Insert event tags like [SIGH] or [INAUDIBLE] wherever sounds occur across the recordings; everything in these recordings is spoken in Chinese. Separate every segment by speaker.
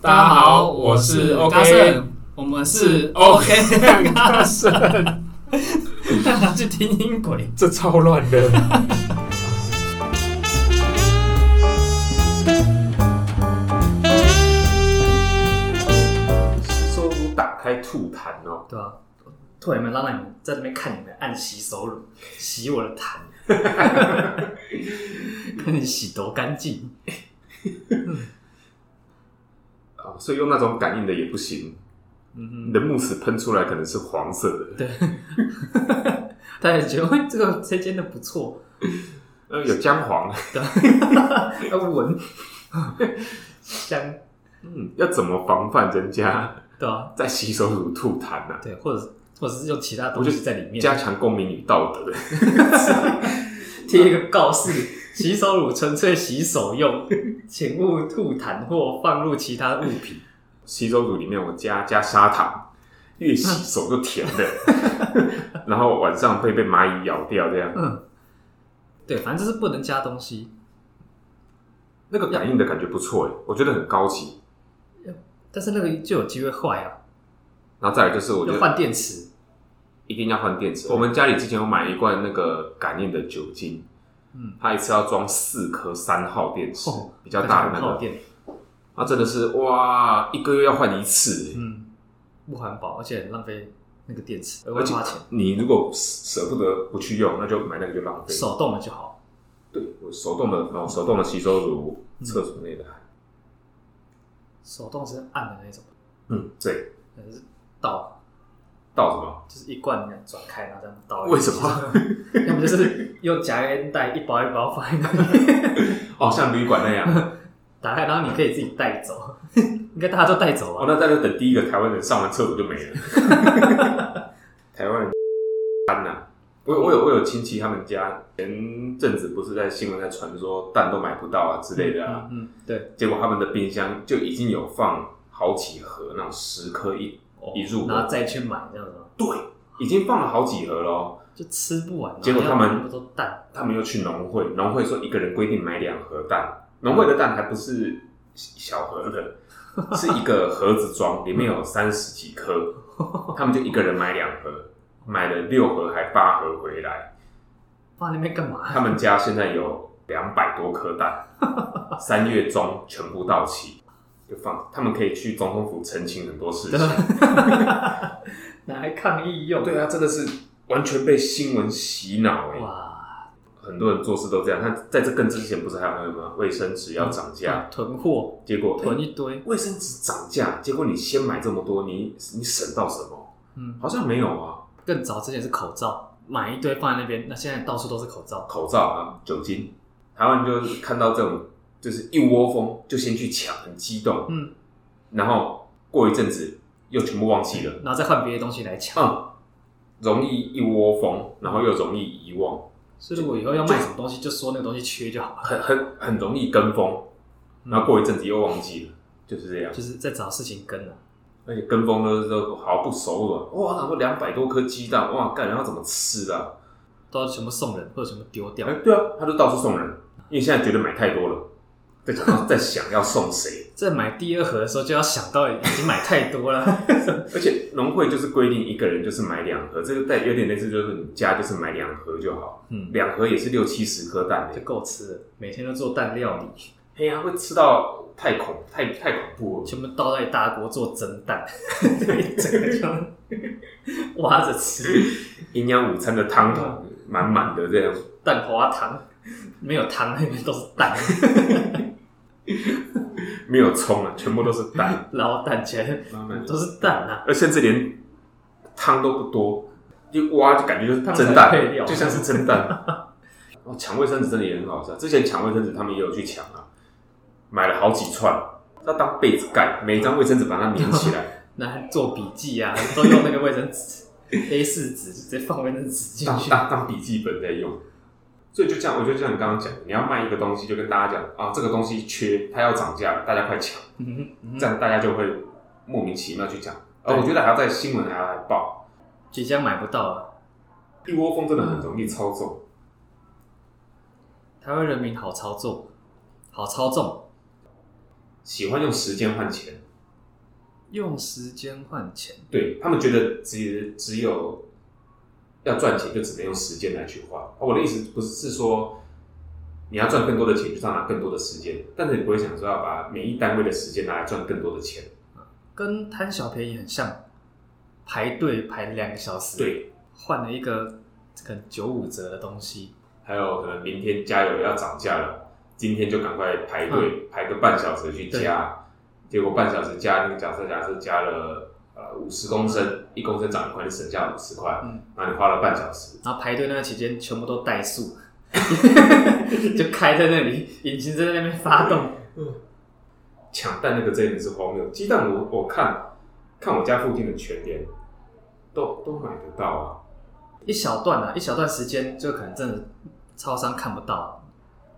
Speaker 1: 大家好，我是哦
Speaker 2: 嘉
Speaker 1: OK，
Speaker 2: 盛，我们是
Speaker 1: OK
Speaker 2: OK
Speaker 1: 大
Speaker 2: 嘉盛，
Speaker 1: 圣，
Speaker 2: 大家去听音轨。
Speaker 1: [LAUGHS] 这超乱的。
Speaker 3: 说我打开吐痰哦，
Speaker 2: 对啊，突然没有让你们在那边看你们按洗手乳，洗我的
Speaker 3: [LAUGHS]
Speaker 2: 痰，看你洗多干净。
Speaker 3: [LAUGHS] 啊，所以用那种感应的也不行。你
Speaker 2: 嗯
Speaker 3: 的慕斯喷出来可能是黄色的，
Speaker 2: 对，大家觉得哎这个这间的不错，
Speaker 3: 呃，有姜黄，
Speaker 2: 对，要闻香，
Speaker 3: 嗯，要怎么防范人家
Speaker 2: 对啊，
Speaker 3: 在洗手乳吐痰呢、
Speaker 2: 对，或者或者是用其他
Speaker 3: 我
Speaker 2: 东
Speaker 3: 就
Speaker 2: 西在里面
Speaker 3: 加强公民与道德，
Speaker 2: 贴一个告示：洗手乳纯粹洗手用， [LAUGHS] 请勿吐痰或放入其他物品。
Speaker 3: 洗手乳里面我加加砂糖，越
Speaker 2: 嗯
Speaker 3: 洗手就甜的， [LAUGHS] 然后晚上会被蚂蚁咬掉，这样
Speaker 2: 嗯，对，反正就是不能加东西。
Speaker 3: 那个感应的感觉不错哎，我觉得很高级。
Speaker 2: 但是那个就有机会坏啊，
Speaker 3: 然后再来就是我
Speaker 2: 要
Speaker 3: 觉得
Speaker 2: 换电池。
Speaker 3: 一定要换电池。我们家里之前有买一罐那个感应的酒精，
Speaker 2: 嗯，
Speaker 3: 它一次要装四颗三号电池，
Speaker 2: 哦
Speaker 3: 比较大的
Speaker 2: 很
Speaker 3: 那
Speaker 2: 耗
Speaker 3: 个，
Speaker 2: 电。
Speaker 3: 它真的是哇，一个月要换一次，欸
Speaker 2: 嗯，不环保，而且很浪费那个电池，额外
Speaker 3: 而且
Speaker 2: 花钱。
Speaker 3: 你如果舍不得不去用，那就买那个就浪费。
Speaker 2: 手动的就好。
Speaker 3: 对，我手动的哦，手动的吸收乳，
Speaker 2: 嗯
Speaker 3: 厕所内的，
Speaker 2: 手动是按的那种，
Speaker 3: 嗯，对，
Speaker 2: 可是倒
Speaker 3: 倒什么？
Speaker 2: 就是一罐这样转开，然后这样倒。
Speaker 3: 为什么？
Speaker 2: [LAUGHS] 要么就是用夹烟袋一包一包放在那里。
Speaker 3: [LAUGHS] 哦，像旅馆那
Speaker 2: [LAUGHS]
Speaker 3: 样。
Speaker 2: 打开，然后你可以自己带走， [LAUGHS] 应该大家都带走吧？
Speaker 3: 哦，那大家等第一个台湾人上完厕所就没了。 [LAUGHS] 台湾人蛋呐、我有我有我有亲戚，他们家前阵子不是在新闻在传说蛋都买不到啊之类的啊，
Speaker 2: 嗯，嗯对，
Speaker 3: 结果他们的冰箱就已经有放好几盒那种十颗一，一入
Speaker 2: 然后再去买这样子吗，
Speaker 3: 对，已经放了好几盒了哦。
Speaker 2: 就吃不完。啊
Speaker 3: 结果他们
Speaker 2: 不都蛋，
Speaker 3: 他们又去农会，农会说一个人规定买两盒蛋，农会的蛋还不是小盒的，是一个盒子装，里面有三十几颗，他们就一个人买两盒，买了六盒还八盒回来。
Speaker 2: 放在那边干嘛？[LAUGHS]
Speaker 3: [LAUGHS] 他们家现在有两百多颗蛋，三月中全部到期，就放。他们可以去总统府澄清很多事情。
Speaker 2: 拿来抗议用。
Speaker 3: 对啊，真的是完全被新闻洗脑哎、
Speaker 2: 哇，
Speaker 3: 很多人做事都这样。他在这更之前不是还有那个吗？卫生纸要涨价。
Speaker 2: 囤货，
Speaker 3: 结果
Speaker 2: 囤
Speaker 3: 哎
Speaker 2: 一堆。
Speaker 3: 卫生纸涨价，结果你先买这么多，你你省到什么？
Speaker 2: 嗯，
Speaker 3: 好像没有啊，
Speaker 2: 更早之前是口罩，买一堆放在那边，那现在到处都是口罩。
Speaker 3: 口罩啊，酒精，台湾就是看到这种，就是一窝蜂就先去抢，很激动，
Speaker 2: 嗯，
Speaker 3: 然后过一阵子又全部忘记了，
Speaker 2: 然后再换别的东西来抢。
Speaker 3: 嗯，容易一窝蜂，然后又容易遗忘，
Speaker 2: 所以如果以后要卖什么东西，就说那个东西缺就好了，
Speaker 3: 很很很容易跟风，然后过一阵子又忘记了，就是这样。
Speaker 2: 就是在找事情跟了。
Speaker 3: 而且跟风都都毫不手软，哇，想说两百多颗鸡蛋，哇，干，然后怎么吃啊？
Speaker 2: 都要全部送人或者全部丢掉
Speaker 3: 哎、，对啊，他就到处送人，因为现在觉得买太多了，在想到 [LAUGHS] 在想要送谁，
Speaker 2: 在买第二盒的时候就要想到已经买太多了，
Speaker 3: 而且农会就是规定一个人就是买两盒，这个在有点类似就是你家就是买两盒就好，
Speaker 2: 嗯，
Speaker 3: 两盒也是六七十颗蛋
Speaker 2: 就
Speaker 3: 的，
Speaker 2: 够吃了。每天都做蛋料理，
Speaker 3: 哎呀，会吃到太恐太太恐怖了，
Speaker 2: 全部倒在一大锅做蒸蛋， [LAUGHS] 一整个就挖着吃，
Speaker 3: 营养午餐的汤桶满满的这样，
Speaker 2: 蛋花汤没有汤，那边都是蛋，
Speaker 3: 没有葱啊，全部都是
Speaker 2: [LAUGHS]
Speaker 3: 蛋，
Speaker 2: 然后蛋全
Speaker 3: 慢慢
Speaker 2: 都是蛋啊，
Speaker 3: 而甚至连汤都不多，一挖就感觉就是
Speaker 2: 汤
Speaker 3: 蒸
Speaker 2: 才配
Speaker 3: 蛋
Speaker 2: 料，
Speaker 3: 就像是蒸蛋。 [LAUGHS] 哦，抢卫生纸真的也很好笑。啊之前抢卫生纸，他们也有去抢啊，买了好几串，要当被子盖，每一张卫生纸把它粘起来，
Speaker 2: 拿来做笔记啊， [LAUGHS] 都用那个卫生 [LAUGHS] 纸 A 四纸直接放卫生纸 [LAUGHS] 进
Speaker 3: 当
Speaker 2: 去，
Speaker 3: 当当笔记本在用。所以就这样，我觉得就像你刚刚讲，你要卖一个东西，就跟大家讲啊，这个东西缺，它要涨价了，大家快抢，
Speaker 2: 嗯哼，
Speaker 3: 这样大家就会莫名其妙去讲。而
Speaker 2: 对
Speaker 3: 我觉得还要在新闻还要来报，
Speaker 2: 即将买不到啊了。
Speaker 3: 一窝蜂真的很容易操纵。
Speaker 2: 台湾人民好操作，好操纵，
Speaker 3: 喜欢用时间换钱，
Speaker 2: 用时间换钱，
Speaker 3: 对他们觉得只只有要赚钱，就只能用时间来去换。啊我的意思不是是说你要赚更多的钱，就是要拿更多的时间，但是你不会想说要把每一单位的时间拿来赚更多的钱。
Speaker 2: 跟贪小便宜很像，排队排两个小时，，
Speaker 3: 对，
Speaker 2: 换了一个这个九五折的东西，
Speaker 3: 还有可能明天加油要涨价了，今天就赶快排队、排个半小时去加，结果半小时加那个假设假设加了呃五十公升，一公升涨一块，你省下五十块，
Speaker 2: 嗯
Speaker 3: 那你花了半小时，
Speaker 2: 然后排队那段期间全部都怠 [LAUGHS] 速，就开在那里，引擎在那边发动，
Speaker 3: 抢蛋那个真的是荒谬。鸡蛋我我看看我家附近的全联都都买得到啊，
Speaker 2: 一小段啊，一小段时间就可能真的超商看不到，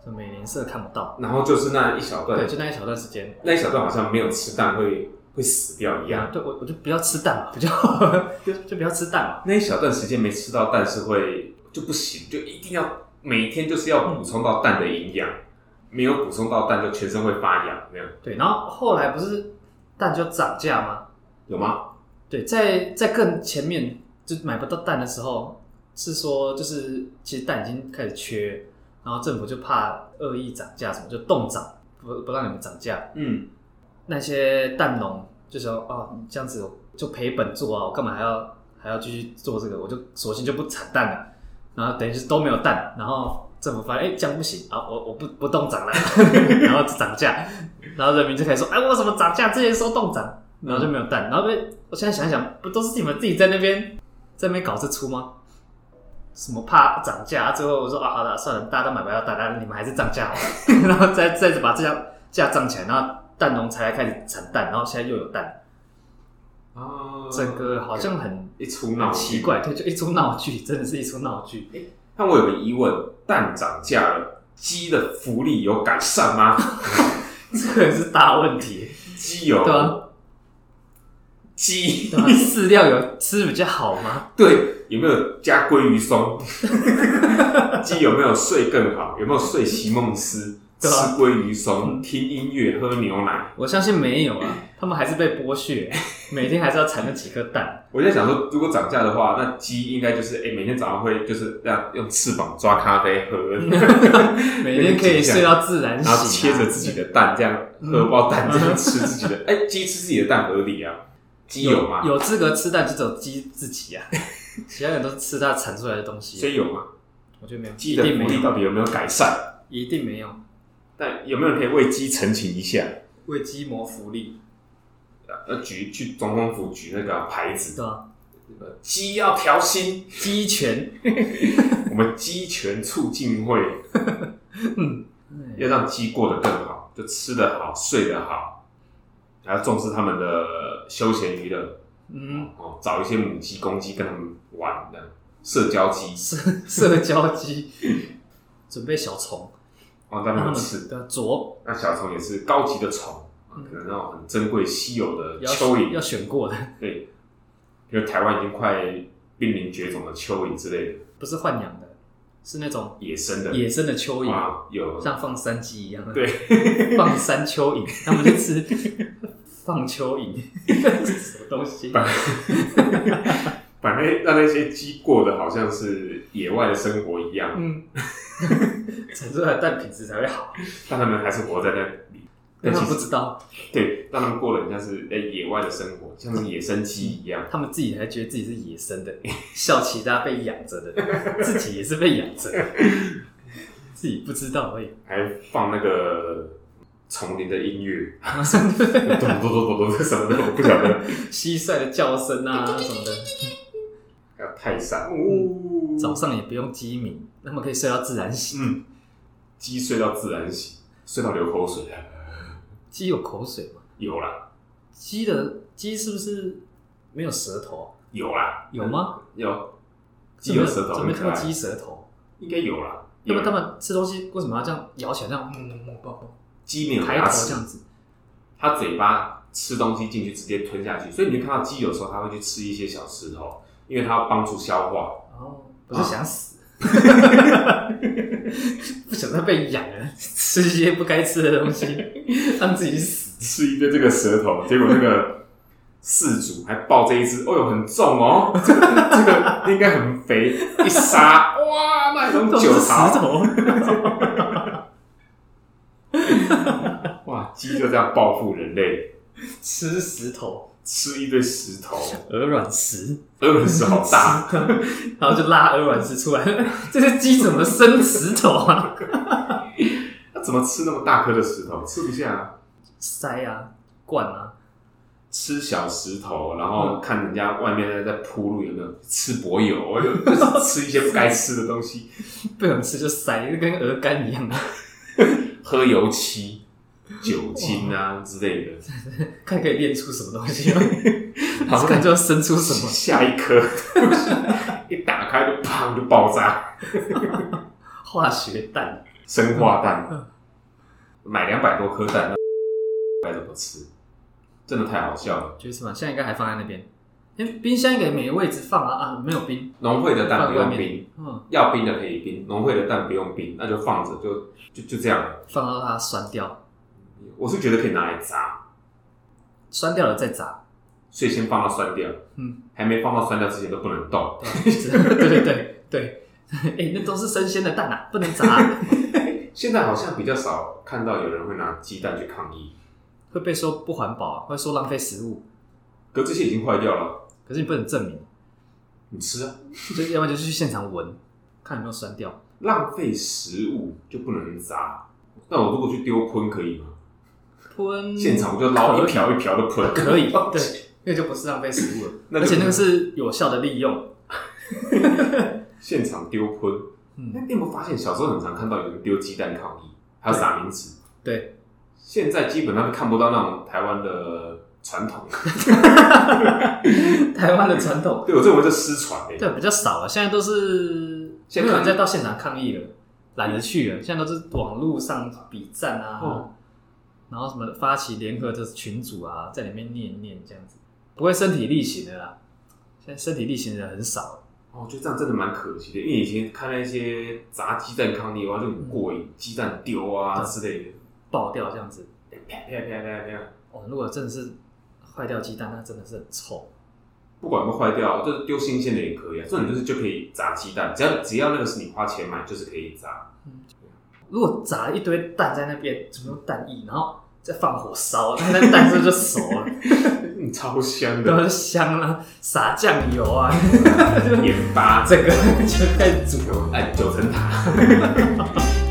Speaker 2: 就美联社看不到，
Speaker 3: 然后就是那一小段
Speaker 2: 对，，就那一小段时间。
Speaker 3: 那一小段好像没有吃蛋会会死掉一样，
Speaker 2: 对我我就不要吃蛋嘛，比较 [LAUGHS] 好就就不要吃蛋嘛。
Speaker 3: 那一小段时间没吃到蛋是会就不行，就一定要每天就是要补充到蛋的营养，没有补充到蛋就全身会发痒，那样
Speaker 2: 对，然后后来不是蛋就涨价吗？
Speaker 3: 有吗？
Speaker 2: 对，在在更前面就买不到蛋的时候，是说就是其实蛋已经开始缺，然后政府就怕恶意涨价什么，就冻涨，不不让你们涨价。
Speaker 3: 嗯，
Speaker 2: 那些蛋农就说哦，你这样子就赔本做啊，我干嘛还要还要继续做这个？我就索性就不产蛋了。然后等于是都没有蛋，然后政府发现哎这样不行啊，我我不不动涨了， [LAUGHS] 然后就涨价，然后人民就开始说哎我怎么涨价？之前说动涨，然后就没有蛋，然后被我现在想一想，不都是你们自己在那边在那边搞这出吗？什么怕涨价？最后我说啊，好的，算了，大家都买不到蛋，啊那你们还是涨价好了， [LAUGHS] 然后再再把这样价涨起来，然后蛋农才开始产蛋，然后现在又有蛋，
Speaker 3: 啊哎
Speaker 2: 整个好像很
Speaker 3: 一出闹
Speaker 2: 奇。怪，对，就一出闹剧，真的是一出闹剧。 [LAUGHS]
Speaker 3: 但我有个疑问，蛋涨价了，鸡的福利有改善吗？
Speaker 2: 这个是大问题，
Speaker 3: 鸡有
Speaker 2: 对啊
Speaker 3: 鸡
Speaker 2: 对吧？ [LAUGHS] 啊饲料有吃比较好吗？
Speaker 3: [LAUGHS] 对，有没有加鲑鱼松？ [LAUGHS] 鸡有没有睡更好？有没有睡席梦思？吃
Speaker 2: 对啊
Speaker 3: 鲑鱼松，听音乐，喝牛奶。
Speaker 2: 我相信没有啊，他们还是被剥削，每天还是要产那几颗蛋。
Speaker 3: 我在想说，如果涨价的话，那鸡应该就是哎、诶每天早上会就是让用翅膀抓咖啡喝，
Speaker 2: [LAUGHS] 每天可以睡到自然醒、
Speaker 3: 然
Speaker 2: 啊，
Speaker 3: 后切着自己的蛋这样
Speaker 2: 嗯
Speaker 3: 荷包蛋这样吃自己
Speaker 2: [LAUGHS]
Speaker 3: 的。哎、鸡吃自己的蛋合理啊，鸡有吗？
Speaker 2: 有资格吃蛋就只有鸡自己啊， [LAUGHS] 其他人都是吃它产出来的东西。啊
Speaker 3: 所以有吗？
Speaker 2: 我觉得没有，
Speaker 3: 鸡
Speaker 2: 一
Speaker 3: 的
Speaker 2: 定
Speaker 3: 福
Speaker 2: 没
Speaker 3: 利到
Speaker 2: 有，
Speaker 3: 底有没有改善？
Speaker 2: 一定没有。
Speaker 3: 但有没有人可以为鸡澄清一下？
Speaker 2: 为鸡谋福利，
Speaker 3: 呃，举去总统府举那个牌子
Speaker 2: 对，吧？
Speaker 3: 呃鸡要调薪，
Speaker 2: 鸡权，
Speaker 3: 我们鸡权促
Speaker 2: [LAUGHS]
Speaker 3: 进会
Speaker 2: 哎
Speaker 3: 要让鸡过得更好，就吃得好，睡得好，还要重视他们的休闲娱乐。
Speaker 2: 嗯，
Speaker 3: 哦，找一些母鸡、公鸡跟他们玩的社交鸡，
Speaker 2: 社社交鸡，准备小虫，
Speaker 3: 哦，让
Speaker 2: 让
Speaker 3: 他
Speaker 2: 他
Speaker 3: 们
Speaker 2: 们
Speaker 3: 吃。
Speaker 2: 对啊啄，
Speaker 3: 那小虫也是高级的虫，啊
Speaker 2: 嗯
Speaker 3: 可能那种很珍贵、稀有的
Speaker 2: 要
Speaker 3: 蚯蚓
Speaker 2: 要，选过的，
Speaker 3: 对，比如台湾已经快濒临绝种的蚯蚓之类的，
Speaker 2: 不是豢养的，是那种
Speaker 3: 野生的
Speaker 2: 野生的蚯蚓，
Speaker 3: 啊，有
Speaker 2: 像放山鸡一样，
Speaker 3: 对，
Speaker 2: 放山蚯蚓，他们就吃 [LAUGHS] 放蚯蚓， [LAUGHS] 这是什么东西？
Speaker 3: 把那让那些鸡过得好像是野外的生活一样，
Speaker 2: 嗯， [LAUGHS] 产出来的蛋品质才会好，
Speaker 3: 但他们还是活在那里。
Speaker 2: 但他
Speaker 3: 但其
Speaker 2: 们不
Speaker 3: 实
Speaker 2: 知道，
Speaker 3: 对，让他们过得很像是哎、野外的生活，像是野生鸡一样。
Speaker 2: 他们自己还觉得自己是野生的， [LAUGHS] 笑其他被养着的，自己也是被养着的，自己不知道而已。 [LAUGHS]
Speaker 3: 还放那个丛林的音乐，咚咚咚咚咚什么的，我不晓得。
Speaker 2: 蟋蟀的叫声啊什么的，
Speaker 3: 还有泰山，呜、
Speaker 2: 嗯早上也不用鸡鸣，他们可以睡到自然醒。
Speaker 3: 嗯，鸡睡到自然醒，睡到流口水，
Speaker 2: 鸡有口水吗？
Speaker 3: 有啦
Speaker 2: 鸡的鸡是不是没有舌头？啊
Speaker 3: 有啦，
Speaker 2: 有吗？
Speaker 3: 有，嗯鸡有舌头，
Speaker 2: 怎么
Speaker 3: 很
Speaker 2: 听
Speaker 3: 可
Speaker 2: 过
Speaker 3: 爱
Speaker 2: 鸡，舌头？
Speaker 3: 应该有啦。
Speaker 2: 要
Speaker 3: 有
Speaker 2: 么
Speaker 3: 啦
Speaker 2: 他们吃东西为什么要这样咬起来，这样嗯嗯嗯抱抱
Speaker 3: 鸡没有
Speaker 2: 开
Speaker 3: 牙
Speaker 2: 口
Speaker 3: 齿
Speaker 2: 这，样子？
Speaker 3: 它嘴巴吃东西进去直接吞下去，所以你就看到鸡有时候它会去吃一些小石头，因为它要帮助消化。
Speaker 2: 哦，不是想 [LAUGHS] 死，不想再被养了，吃一 [LAUGHS] 些不该吃的东西，让自己死。
Speaker 3: 吃一堆这个舌头，结果那个 [LAUGHS] 事主还抱着一只，哦哟，很重哦， [LAUGHS] 这个这个应该很肥，一杀哇，那种
Speaker 2: 这
Speaker 3: 九
Speaker 2: 是石
Speaker 3: 桃，
Speaker 2: 头，
Speaker 3: 哇，鸡就这样报复人类，
Speaker 2: 吃石头，
Speaker 3: 吃一堆石头， [LAUGHS]
Speaker 2: 鹅卵石，
Speaker 3: 俄罗斯好大，
Speaker 2: [LAUGHS] 然后就拉鹅卵石出来， [LAUGHS] 这些鸡怎么生石头啊？
Speaker 3: 它怎么吃那么大颗的石头？吃不下、啊，
Speaker 2: 塞啊，灌啊，
Speaker 3: 吃小石头，然
Speaker 2: 嗯
Speaker 3: 后看人家外面在铺路有没有吃柏
Speaker 2: [LAUGHS]
Speaker 3: 油，我就就是吃一些不该吃的东西，
Speaker 2: 不想吃就塞，就跟鹅肝一样，啊 [LAUGHS]
Speaker 3: 喝油漆、酒精啊之类的，
Speaker 2: [LAUGHS] 看可以练出什么东西吗？
Speaker 3: 好像
Speaker 2: 看就要生出什么。
Speaker 3: 下一颗一打开就砰就爆炸，
Speaker 2: 化学蛋，
Speaker 3: 生化
Speaker 2: 嗯
Speaker 3: 弹，买两百多颗蛋，那该怎么吃？真的太好笑了。
Speaker 2: 觉得什么？现在应该还放在那边，因为冰箱应该没位置放啊啊，没有冰，
Speaker 3: 农会的蛋
Speaker 2: 放
Speaker 3: 不
Speaker 2: 外
Speaker 3: 用
Speaker 2: 面
Speaker 3: 冰，，
Speaker 2: 嗯，
Speaker 3: 要冰的可以冰，农会的蛋不用冰，那就放着，就就就这样。
Speaker 2: 放到它酸掉，
Speaker 3: 我是觉得可以拿来炸，
Speaker 2: 酸掉了再炸，
Speaker 3: 所以先放到酸掉，
Speaker 2: 嗯，
Speaker 3: 还没放到酸掉之前都不能动。
Speaker 2: 对吧对对对对， [LAUGHS] 哎、那都是生鲜的蛋啊，不能炸、啊， [LAUGHS]
Speaker 3: 现在好像比较少看到有人会拿鸡蛋去抗议，
Speaker 2: 会被说不环保、啊，会说浪费食物，
Speaker 3: 可这些已经坏掉了，
Speaker 2: 可是你不能证明，
Speaker 3: 你吃啊，
Speaker 2: 就是要不然就去现场闻，看有没有酸掉，
Speaker 3: 浪费食物就不能砸。那我如果去丢喷可以吗？
Speaker 2: 喷
Speaker 3: 现场我就捞一瓢一瓢的喷，
Speaker 2: 嗯 [LAUGHS] 可
Speaker 3: [LAUGHS]
Speaker 2: 以，对，那就不是浪费食物了，
Speaker 3: 那就
Speaker 2: 而且那个是有效的利用，
Speaker 3: 现场丢喷。那
Speaker 2: 嗯， [LAUGHS]
Speaker 3: 你有没有发现小时候很常看到有人丢鸡蛋抗议，还有撒名纸？
Speaker 2: 对，
Speaker 3: 现在基本上看不到那种台湾的传统， [LAUGHS]
Speaker 2: 台湾的传统。
Speaker 3: 对我认为这失传诶、
Speaker 2: 对，比较少啊了，现在都是
Speaker 3: 现在
Speaker 2: 没有人再到现场抗议了，懒得去了。现在都是网络上比赞啊，
Speaker 3: 哦
Speaker 2: 然后什么发起联合的群组啊，在里面念一念这样子，不会身体力行的啦。现在身体力行的人很少了，
Speaker 3: 哦，我觉得这样真的蛮可惜的，因为以前看那些砸鸡蛋抗议，哇，就很过瘾，鸡蛋丢啊之类的，
Speaker 2: 爆掉这样子。
Speaker 3: 啪啪啪啪啪，
Speaker 2: 哦，如果真的是坏掉鸡蛋，那真的是很臭。
Speaker 3: 不管有没有坏掉，就是丢新鲜的也可以啊。这种就是就可以砸鸡蛋，只要只要那个是你花钱买，就是可以砸。
Speaker 2: 如果砸一堆蛋在那边，怎么用蛋液，然后再放火烧，那那蛋是不是就熟了？ [LAUGHS]
Speaker 3: 嗯，超香
Speaker 2: 然后
Speaker 3: 的，
Speaker 2: 就香啦、撒酱油啊，
Speaker 3: 盐巴，
Speaker 2: [LAUGHS]
Speaker 3: [LAUGHS]
Speaker 2: 整个就开始煮。
Speaker 3: 哎哎，九层塔。